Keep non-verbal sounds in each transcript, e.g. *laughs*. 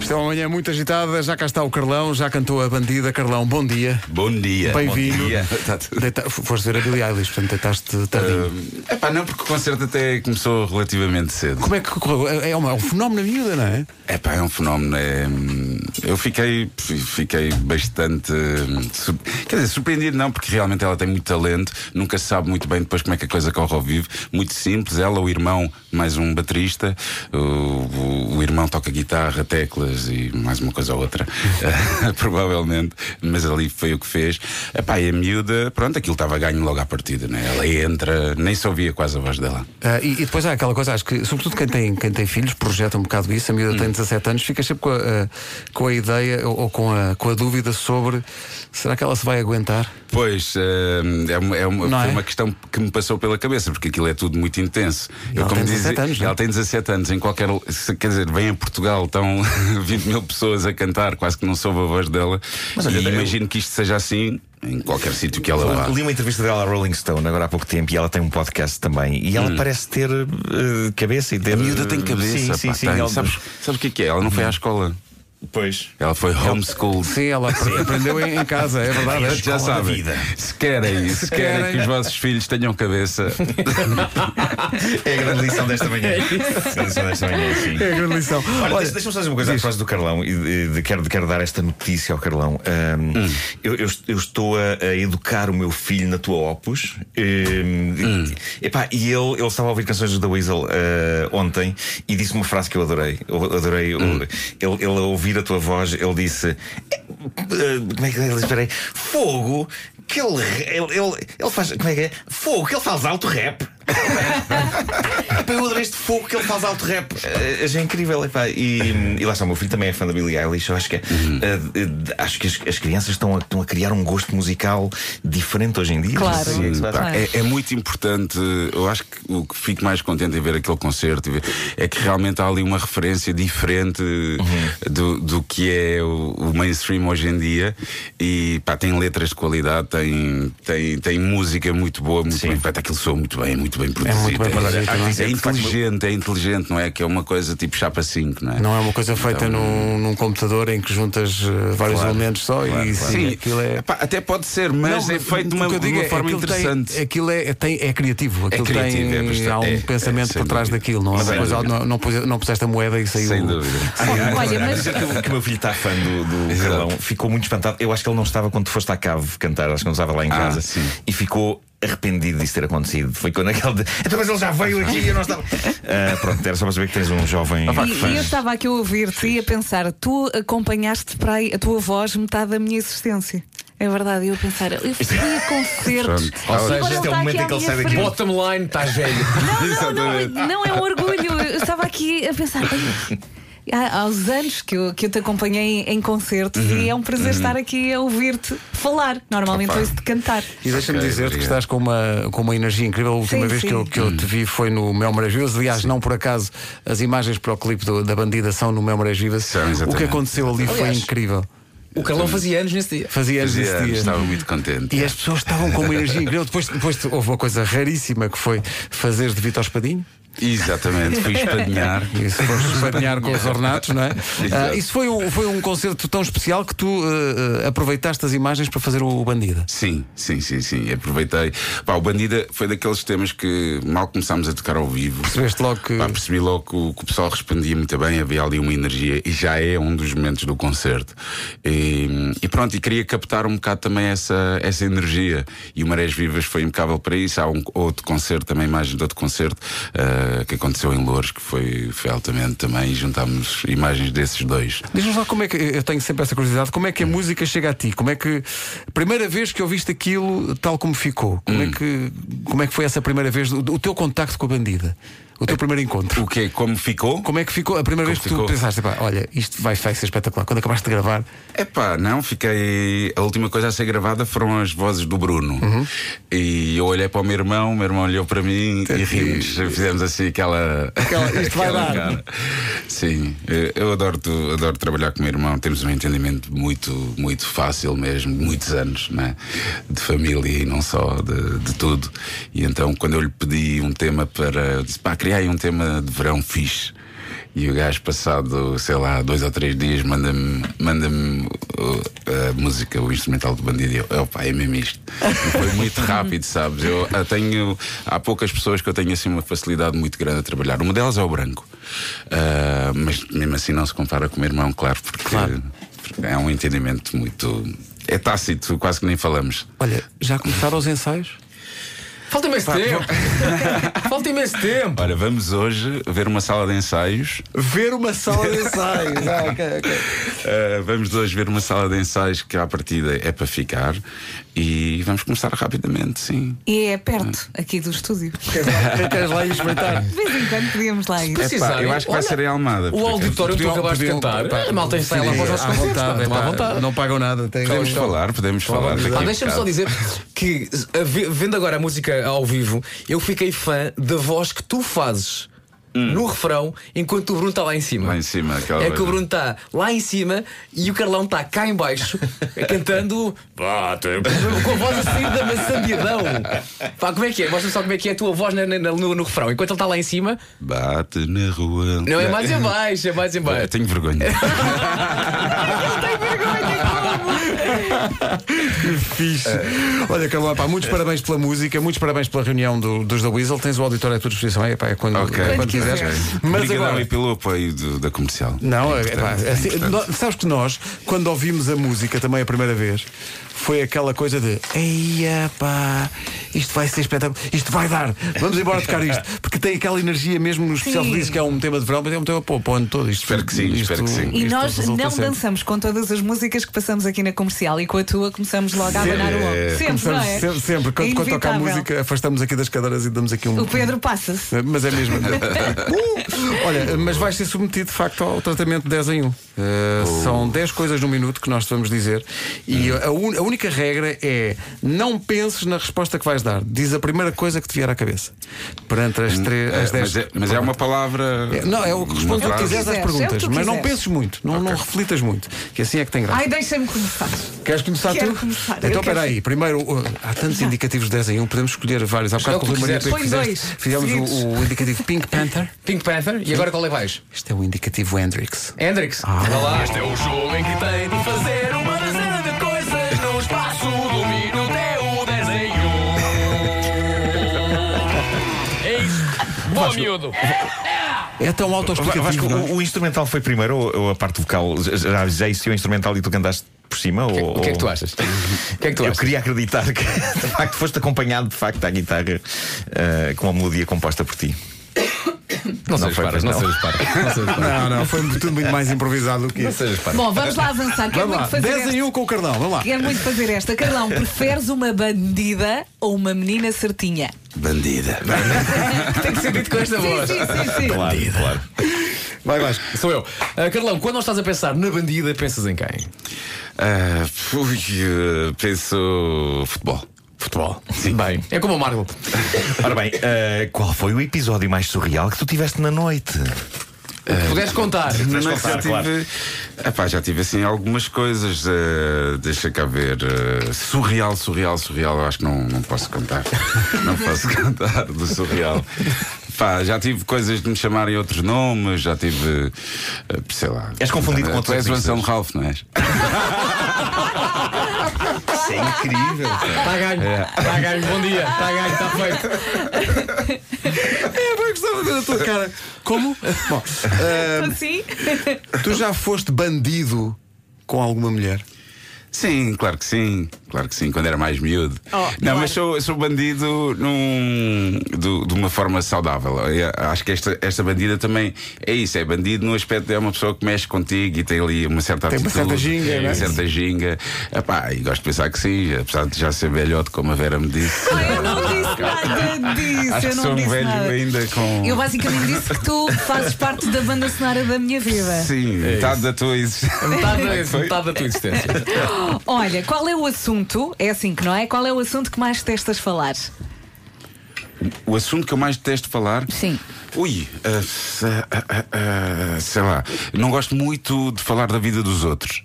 Isto é uma manhã muito agitada, já cá está o Carlão, já cantou a bandida. Carlão, bom dia. Bom dia. Bem-vindo. Bom dia. *laughs* Tá tudo- Deita... Foste ver a Billie Eilish, portanto deitaste tardinho. Ah, epá, não, porque o concerto até começou relativamente cedo. Como é que correu? É, é uma- é um fenómeno na miúda, não é? Epá, é um fenómeno. é, hum, eu fiquei, fiquei bastante. hum, sur- Quer dizer, surpreendido não, porque realmente ela tem muito talento, nunca se sabe muito bem depois como é que a coisa corre ao vivo. Muito simples, ela, o irmão, mais um baterista, o, o- o irmão toca guitarra, teclas e mais uma coisa ou outra, *laughs* provavelmente, mas ali foi o que fez. Epá, e a miúda, pronto, aquilo estava ganho logo à partida, né? Ela entra, nem se ouvia quase a voz dela. Ah, e, e depois há aquela coisa, acho que, sobretudo quem tem, quem tem filhos, projeta um bocado isso. A miúda tem 17 anos, fica sempre com a, ah, com a ideia ou, ou com, a, com a dúvida sobre será que ela se vai aguentar? Pois, eh, é, uma, é uma- Não foi é? uma questão que me passou pela cabeça, porque aquilo é tudo muito intenso. E ela tem 17 anos, não é? ela tem 17 anos, em qualquer. se- Quer dizer, vem a Portugal, *laughs* estão 20 mil pessoas a cantar, quase que não soube a voz dela. Mas olha, e eu- imagino que isto seja assim em qualquer sítio que ela vá. Li uma entrevista dela à Rolling Stone agora há pouco tempo e ela tem um podcast também. E ela parece ter eh, cabeça e ter. A miúda tem eh, cabeça, Sim, sim, pá, sim. tem. ela- Sabes, sabes o que é que é? Ela não foi à escola. Pois. Ela foi homeschooled. Sim, ela apre- aprendeu em, em casa, é verdade. Portanto, é. já escola da sabem, vida. se querem, se querem. querem que os vossos filhos tenham *laughs* cabeça, É a grande lição desta *laughs* manhã. É a lição desta manhã, sim. *laughs* É a grande lição. Olha, Olha, deixa- deixa-me só dizer uma coisa à frase do Carlão e de- de- quero, quero dar esta notícia ao Carlão. Ahm, eu, eu est- eu estou a, a educar o meu filho na tua Opus Ahm, e- epá, e ele, ele estava a ouvir canções do The Weasel ah, ontem e disse uma frase que eu adorei. Eu adorei o- ele, ele a ouvir a tua voz, ele disse: "Eh, ah, Como é que ele Espera aí. Fogo que ele, ele, ele, ele faz. Como é que é? Fogo que ele faz alto-rap. Pá, eu adorei este fogo que ele faz alto rap. Eh, Achei incrível. epá. E, e lá está, o meu filho também é fã da Billie Eilish. Eu acho que, é, Uhum. eh, eh, acho que as, as crianças estão a, estão a criar um gosto musical diferente hoje em dia. Claro. Não sei o que é que se passa. Claro. É, é muito importante. Eu acho que o que fico mais contente em ver aquele concerto e ver- é que realmente há ali uma referência diferente Uhum. do, do que é o, o mainstream hoje em dia. E pá, tem letras de qualidade, tem, tem, tem música muito boa, muito bem feita. Aquilo soa muito bem, é muito bem produzido. muito bem produzido, não é? é inteligente, é inteligente, não é? Que é uma coisa tipo chapa 5, não é? Não é uma coisa feita Então, num, num computador em que juntas eh, vários elementos só e sim, Sim, aquilo é. Epá, até pode ser, mas Não, é feito de o uma, que eu de digo uma é, forma aquilo tem- interessante. aquilo é, tem- é criativo, aquilo criativo, é tem, bastante- há um é, pensamento é, por sem trás dúvida. daquilo, não é Sem uma coisa, dúvida. não, não, puse- não puseste a moeda e saiu. Sem dúvida. Olha, mas- Dizer que, o- que o meu filho está fã do, do Ah, é Exato. Carlão ficou muito espantado. Eu acho que ele não estava quando tu foste à cave cantar, acho que não estava lá em Ah, casa sim. e ficou arrependido disso ter acontecido. Foi quando aquele. De... Então, mas ele já veio aqui e eu não *laughs* estava. Ah, pronto, era só para saber que tens um jovem. E, e eu estava aqui a ouvir-te e a pensar, tu acompanhaste para aí a tua voz metade da minha existência. É verdade, eu a pensar, eu fui *laughs* a concertos. Pronto. e Ou agora seja, ele este é o está momento aqui em que ele à minha sai daqui. frente. Bottom *laughs* line, estás velho. Não, não, não, não é um orgulho. Eu estava aqui a pensar. "Ai, Há, há uns anos que eu, que eu te acompanhei em concertos Uhum, e é um prazer estar aqui a ouvir-te falar. Normalmente Opa. ouço-te cantar. E deixa-me Ok, dizer-te que obrigado. estás com uma, com uma energia incrível. A última Sim, vez sim. Que, eu, que eu te vi foi no Mel Marés Vivas. Aliás, não por acaso as imagens para o clipe do- da bandida são no Mel Marés Vivas. São, o que exatamente. aconteceu ali foi Aliás. incrível. O Carlão fazia anos nesse dia. Fazia anos Fazia esse anos, dia. é, Estava muito contente. E as pessoas estavam com uma energia incrível. Depois, depois houve uma coisa raríssima que foi fazer de Vitor Espadinho. *laughs* Exatamente, fui espadinhar. Isso foi espadinhar com os ornatos, não é? Ah, isso foi um, foi um concerto tão especial que tu ah, ah, aproveitaste as imagens para fazer o Bandida. Sim, sim, sim, sim. Aproveitei. Pá, o Bandida foi daqueles temas que mal começámos a tocar ao vivo. Percebeste logo que. Pá, percebi logo que o, que o pessoal respondia muito bem, havia ali uma energia e já é um dos momentos do concerto. E, e pronto, e queria captar um bocado também essa, essa energia. E o Marés Vivas foi impecável para isso. Há um outro concerto, também imagens de outro concerto ah, que aconteceu em Louros, que foi, foi altamente também, e juntámos imagens desses dois. Diz-nos lá como é que. Eu tenho sempre essa curiosidade. Como é que a música chega a ti? Como é que. Primeira vez que ouviste aquilo, tal como ficou? Como, é, que, como é que foi essa primeira vez? O, o teu contacto com a bandida? O teu primeiro encontro? O que Como ficou? Como é que ficou? A primeira vez que ficou? tu pensaste, pá, olha, isto vai, vai ser espetacular. Quando acabaste de gravar, Epá, não, fiquei. A última coisa a ser gravada foram as vozes do Bruno. Uhum. E eu olhei para o meu irmão, o meu irmão olhou para mim e rimos. Fizemos assim aquela. Aquela, isto vai dar. cara. Sim, eh, eu adoro, tu- adoro trabalhar com o meu irmão. Temos um entendimento muito, muito fácil mesmo, muitos anos, né? De família e não só, de, de tudo. E então, quando eu lhe pedi um tema para. eu Disse, pá, criei um tema de verão fixe. E o gajo, passado, sei lá, dois ou três dias, manda-me manda a música, o instrumental do bandido. E eu, opa, é mesmo isto. E foi muito rápido, sabes? Eu ah, tenho. Há poucas pessoas que eu tenho assim uma facilidade muito grande a trabalhar. Uma delas é o branco. Ah, mas mesmo assim não se compara com o meu irmão, claro, porque, porque é um entendimento muito. É tácito, quase que nem falamos. Olha, já começaram os ensaios? Falta imenso tempo. Falta imenso tempo. Olha, vamos hoje ver uma sala de ensaios. Ver uma sala de *laughs* ensaios. Ah, ok, ok. Ah, vamos hoje ver uma sala de ensaios que, à partida, é para ficar. E vamos começar rapidamente, sim. E é perto aqui do *laughs* estúdio. Queres lá ir espreitar? De vez em quando podíamos lá ir. Mas- Epá, Precisar, eu acho que vai olha, ser em Almada. O porque- auditório que tu Podiam- acabaste de podiam- cantar, pá, a malta está lá para os nossos à concertos. vontade, pá, epá, à vontade. Não pagam nada. Tem Podemos falar, podemos falar. daqui a Ah, Deixa-me só bocado. dizer que, a ve- vendo agora a música ao vivo, eu fiquei fã da voz que tu fazes no refrão enquanto o Bruno está lá em cima. Lá em cima, aquela É que o coisa. Bruno está lá em cima e o Carlão está cá em baixo cantando Bate. com a voz assim da maçambidão. Pá, como é que é? Mostra-me só como é que é a tua voz na- na- na- no, no refrão. Enquanto ele está lá em cima, Bate na rua. não é mais em baixo, é mais em Eu baixo. tenho *laughs* vergonha. Fixe. Olha, Carlão, pá, muitos parabéns pela música, muitos parabéns pela reunião do- dos da Weasel. Tens o auditório à tua disposição. É, pá, é quando, Ok. é quando Quando quiseres. quiseres. Mas Obrigadão agora. e pelo apoio do- da comercial. Não, é, importante, pá, é assim, importante. nó- sabes que nós, quando ouvimos a música também a primeira vez, foi aquela coisa de eia pá, isto vai ser espetáculo, isto vai dar, vamos embora tocar isto, *laughs* porque tem aquela energia mesmo no especial Sim. diz que é um tema de verão, mas é um tema pô, para o ano todo. Isto, Espero que sim, isto- espero que sim. E isto nós resulta não sempre. dançamos com todas as músicas que passamos aqui na comercial e com a tua começamos logo a abanar o É, ombro. Sempre, não Começamos é? sempre, sempre. Quando, É quando toca a inevitável. música, afastamos aqui das cadeiras e damos aqui um. O Pedro passa-se. Mas é mesmo. *laughs* Olha, mas vais ser submetido de facto ao tratamento 10 em 1. São 10 coisas no minuto que nós te vamos dizer. E a, un- a única regra é não penses na resposta que vais dar. Diz a primeira coisa que te vier à cabeça. Perante as, tre- É, as 10. mas, é, mas é uma palavra. É, Não, é o que responde uma o que frase. quiseres às É o que perguntas. quiseres. mas não penses muito, não, não reflitas muito. Que assim é que tem graça. Ai, deixa-me começar. Queres começar Quero tu? começar, eu Então, quero. espera aí. Primeiro, uh, há tantos indicativos de 10 em 1, podemos escolher vários. Há bocado o que com o Rui Maria quiseres. Pego Põe fizeste- dois fizemos seguidos. o, o indicativo Pink Panther. Pink Panther, e agora qual é que vais? Este é o indicativo Hendrix. Hendrix. Vá lá. Este é o jogo em que tem de fazer uma dezena de coisas no espaço do minuto é o um. É isso. Bom miúdo. É tão Vasco, autoexplicativo. não é? o, o instrumental foi primeiro ou, ou a parte vocal? Já, já existiu o instrumental e tu cantaste por cima? ou, O que é que tu ou- achas? O que é que tu oh, Eu achas? queria acreditar que *laughs* de facto foste acompanhado de facto à guitarra eh, com a melodia composta por ti. Não sejas foi, parvas, pois não não. sejas parvas. Não sejas parvas. Não, não, foi tudo muito mais improvisado do que Não isso. sejas parvas. Bom, vamos lá avançar. Quero Vamos muito lá, fazer 10 esta. em 1 com o Carlão, vamos lá. Quero muito fazer esta. Carlão, preferes uma bandida ou uma menina certinha? Bandida. Tem que ser dito com esta Sim, voz. sim, sim, sim. Claro, claro. Vai, vai. Sou eu. Ah, Carlão, quando não estás a pensar na bandida, pensas em quem? Ah, fui, eh, penso. futebol. Futebol. Bem, é como o Margot. Ora bem, eh, qual foi o episódio mais surreal que tu tiveste na noite? Pudeste Ah, contar. Mas contar, já tive. claro. Epá, já tive assim algumas coisas. eh, deixa cá ver. eh, surreal, surreal, surreal. Eu acho que não, não posso *laughs* contar. não posso contar do surreal. Pá, já tive coisas de me chamarem outros nomes, já tive. eh, sei lá. És confundido com Tu outros és o artistas. Anselmo Ralph, não és? Isso é incrível. Está Tá ganho. Está ganho. Bom dia. Está ganho. Está feito. É, bem, gostava de ver a tua cara. Como? Bom, eh, Sim? tu já foste bandido com alguma mulher? Sim, claro que sim, claro que sim, quando era mais miúdo. Oh, não, claro. mas sou, sou bandido num, do- de uma forma saudável. Eu acho que esta, esta bandida também é isso, é bandido no aspecto de é uma pessoa que mexe contigo e tem ali uma certa Tem uma atitude. certa ginga, não é? uma certa ginga. Epá, e gosto de pensar que sim, apesar de já ser velhote, como a Vera me *laughs* disse. Ah, eu não disse nada disso. acho eu que não sou um disse velho nada. ainda com. Eu basicamente disse que tu fazes parte da banda sonora da minha vida. Sim, metade da tua existência. Metade da- metade da tua existência. Olha, qual é o assunto? É assim que não é? Qual é o assunto que mais testas falar? O assunto que eu mais detesto falar. Sim. Ui, ah, se- ah, ah, ah, sei lá. Não gosto muito de falar da vida dos outros.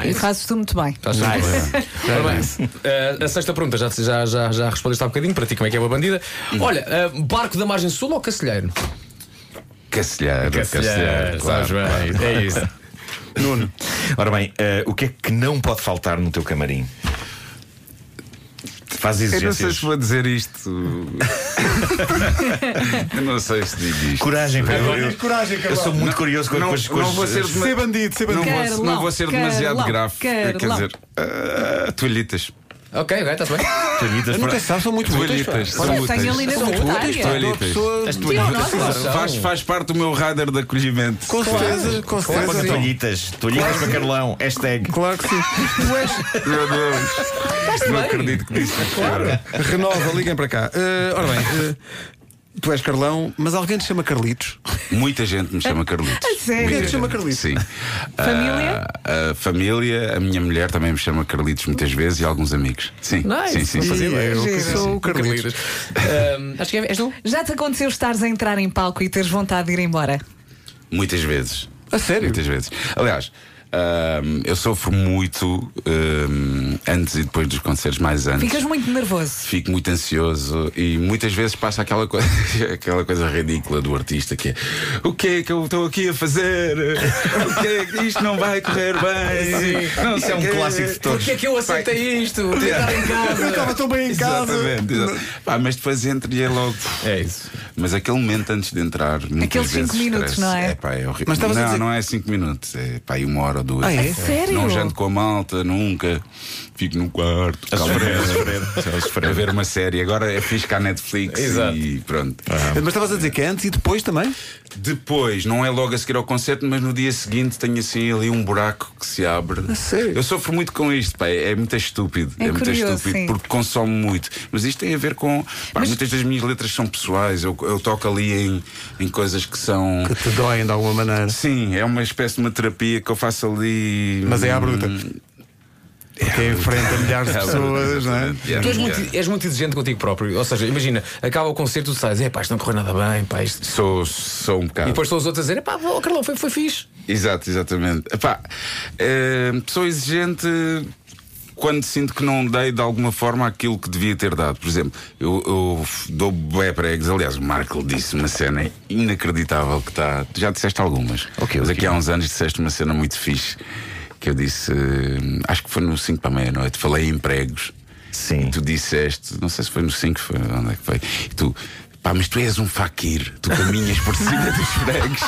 E Nice. fazes tu muito bem. Estás nice. Ora bem, eh, a sexta pergunta já, já, já, já ah, respondeste há bocadinho para ti como é que é uma bandida. Olha, eh, barco da margem sul ou cacilheiro? Cacilhar. Cacilhar, sabes bem. É isso. Nuno. Ora bem, eh, o que é que não pode faltar no teu camarim? Faz Eu não exigências. sei se vou dizer isto. *laughs* eu não sei se digo isto. Coragem, pá. Eu, Olha, eu- coragem, eu Carlão. sou muito curioso com, não, com as não coisas. vou ser Ser bandido, ser Não bandido. vou, não vou ser demasiado Carlão, grave. Quer Carlão. dizer, ah, toalhitas. Ok, ok, está bem. Eu nunca sabes, são muito úteis. Toalhitas. pá. São Olha, tenho ali na úteis. São muito secretária. úteis. pá. Toda a Toalhitas. pessoa- As Sim, ou não? Faz, faz parte do meu radar de acolhimento. Com certeza, com Claro, certeza. Tolhitas, tolhitas para Carlão, hashtag. Claro que sim. Tu és. Meu Deus. Não acredito que disse. Claro. Renova, liguem para cá. Eh, ora bem, eh, tu és Carlão, mas alguém te chama *laughs* Carlitos. Muita gente me chama Carlitos. A Quem Muita sério? é que gente. chama Carlitos? Sim. Família? Ah, a família, a minha mulher também me chama Carlitos muitas vezes e alguns amigos. Sim. Sim, sim, Não sim. fazia E ideia. eu que Sim, sou sim. o Carlitos. Ahm, acho que é. És tu? Já te aconteceu estares a entrar em palco e teres vontade de ir embora? Muitas vezes. A sério? Muitas vezes. Aliás, ahm, eu sofro muito ahm, antes e depois dos concertos, mais antes. Ficas muito nervoso. Fico muito ansioso e muitas vezes passa aquela coisa, *laughs* aquela coisa ridícula do artista que é o que é que eu estou aqui a fazer? O que é que isto não vai correr bem? Não Isso sei é um o quê. clássico de todos. Porquê é que eu aceitei isto? Devia estar em Eu casa. estava tão bem em casa. Exatamente, exato. Pá, mas depois entra e é logo. É isso. Mas aquele momento antes de entrar. muitas Aqueles cinco vezes minutos, estresse. não é? pá, horrível. Mas não, estavas a dizer- não é 5 minutos, é pá, aí uma hora ou duas. Ah, é? A sério? Não janto com a malta, nunca. Fico no quarto, A calmo, sofrer, a a sofrer. ver uma série. Agora é fisca à Netflix Exato. Ah. e pronto. Mas estavas a dizer que é antes e depois também? Depois, não é logo a seguir ao concerto, mas no dia seguinte tenho assim ali um buraco que se abre. sério? Eu sofro muito com isto, pá, é muito estúpido. É muito curioso, estúpido, sim. porque consome muito. Mas isto tem a ver com. pá, Muitas das minhas letras são pessoais, eu, eu toco ali em, em coisas que são. Que te doem de alguma maneira. Sim, é uma espécie de uma terapia que eu faço ali. hum, Mas é à bruta. Porque é em frente a milhares de É à bruta, pessoas, não é? exatamente, yeah, Tu és yeah. muito, és muito exigente contigo próprio. Ou seja, imagina, acaba o concerto, tu sais, é pá, isto não correu nada bem, pá, isto. Sou, sou um E bocado. depois estão os outros a dizer, pá, ó, Carlão, foi, foi fixe. Exato, exatamente. Epá, eh, sou exigente quando sinto que não dei de alguma forma aquilo que devia ter dado. Por exemplo, eu, eu f- dou bué pregs. Aliás, o Marco disse uma cena inacreditável que está. tu Já disseste algumas. Ok, Mas ok. aqui há uns anos disseste uma cena muito fixe que eu disse. eh, acho que foi no 5 para a meia-noite. Falei em pregos. Sim. E tu disseste, não sei se foi no 5, foi, onde é que foi? E tu, pá, mas tu és um fakir, tu caminhas por cima dos *laughs* pregos.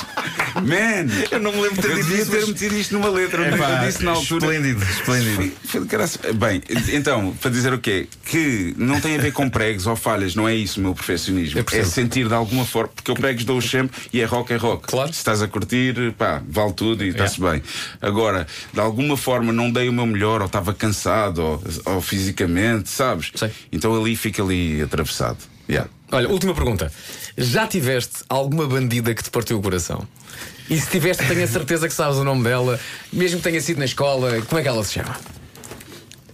Man! Eu não me lembro de ter eu dito devia isso, ter mas- metido isto numa letra, mas Epá, eu disse na altura. esplêndido, esplêndido. Foi, foi de graça. Bem, então, para dizer o quê? Que não tem a ver com pregos ou falhas, não é isso o meu Eu perfeccionismo. É percebo. sentir de alguma forma, porque eu pregos dou sempre e é rock, é rock. Claro. Se estás a curtir, pá, vale tudo e está-se bem. Agora, de alguma forma não dei o meu melhor, ou estava cansado, ou, ou fisicamente, sabes? Sei. Então ali fica ali atravessado. Yeah. Olha, última pergunta. Já tiveste alguma bandida que te partiu o coração? E se tiveste, tenho a certeza que sabes o nome dela, mesmo que tenha sido na escola, como é que ela se chama?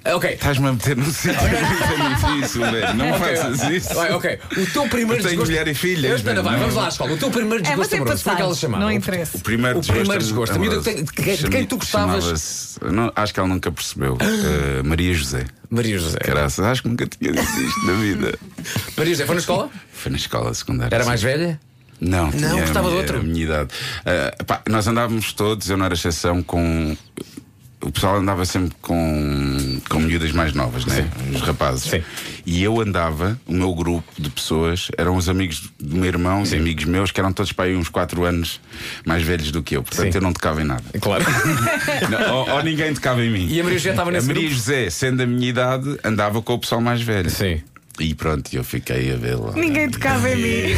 Ah, Ok. Estás-me a meter num *laughs* sítio muito É difícil, velho. Não faças isso. Vai, ok. O teu primeiro Eu tenho desgosto. mulher e então. filhas, Eu, espera, mano, vai, não- vamos lá à escola. O teu primeiro É, mas desgosto é amoroso. Como é que ela passado. se chamava? Não interessa. O primeiro O primeiro desgosto. é desgosto. A miúda que tem- que- de quem tu gostavas? Chamava-se- não, acho que ela nunca *gasps* percebeu. Eh, Maria José. Maria José. Caraças, acho que nunca tinha dito isto na vida. Maria José, foi na escola? Foi na escola secundária. Era sim. mais velha? Não, tinha a gostava de minha- outro. A minha idade. Ah, pá, nós andávamos todos, eu não era exceção, com. O pessoal andava sempre com, com miúdas mais novas, né? Os rapazes. Sim. E eu andava, o meu grupo de pessoas eram os amigos do meu irmão, e amigos meus, que eram todos para aí uns 4 anos mais velhos do que eu. Portanto, Sim. eu não tocava em nada. Claro. *laughs* Não, ou, ou ninguém tocava em mim. E a Maria José estava nesse A Maria grupo? José, sendo a minha idade, andava com o pessoal mais velho. Sim. E pronto, eu fiquei a vê-la. Ninguém tocava em mim.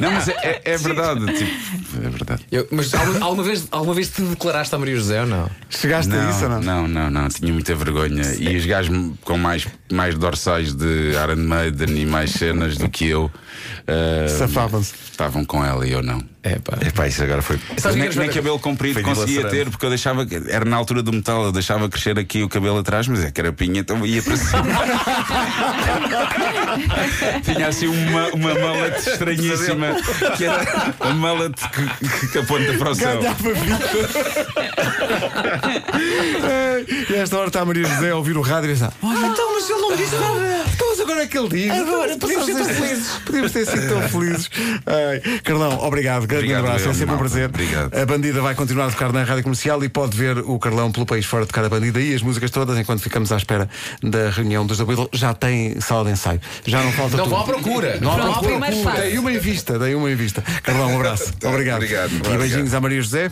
Não, mas é, é- é verdade. Tipo, é verdade. Eu- mas alguma, alguma vez, alguma vez te declaraste à Maria José ou não? Chegaste a isso ou não? não, não, não, tinha muita vergonha. E os gajos com mais, mais dorsais de Iron Maiden e mais cenas do que eu ah, Safavam-se. estavam com ela e eu não. É pá. Epá, isso agora foi. Sabes o que é nem, que nem eles- cabelo comprido Foi conseguia dilacerando. ter, porque eu deixava, era na altura do metal, eu deixava crescer aqui o cabelo atrás, mas é que era pinha, então ia para cima. *laughs* Tinha assim uma, uma mallet estranhíssima, que era a mallet que, que- que aponta para o céu. Ganhava *laughs* Ah, vida. e a esta hora está a Maria José a ouvir o rádio e a pensar: Olha, então, mas ele não disse nada. Então, mas agora é que ele diz? Adoro, podíamos, passamos ter, tão felizes. podíamos ter sido tão felizes. Ai, Carlão, obrigado. Grande Obrigado, abraço, é eu, sempre um malta. prazer. Obrigado. A bandida vai continuar a tocar na rádio comercial e pode ver o Carlão pelo país fora tocar a bandida e as músicas todas enquanto ficamos à espera da reunião dos da Beatles. Já tem sala de ensaio. Já não falta Não tudo. vão à procura. Não Pronto, há procura. primeiro passo. Dei uma em *laughs* vista, dei uma em vista. Carlão, um abraço. Obrigado. Obrigado, E obrigado. beijinhos à Maria José.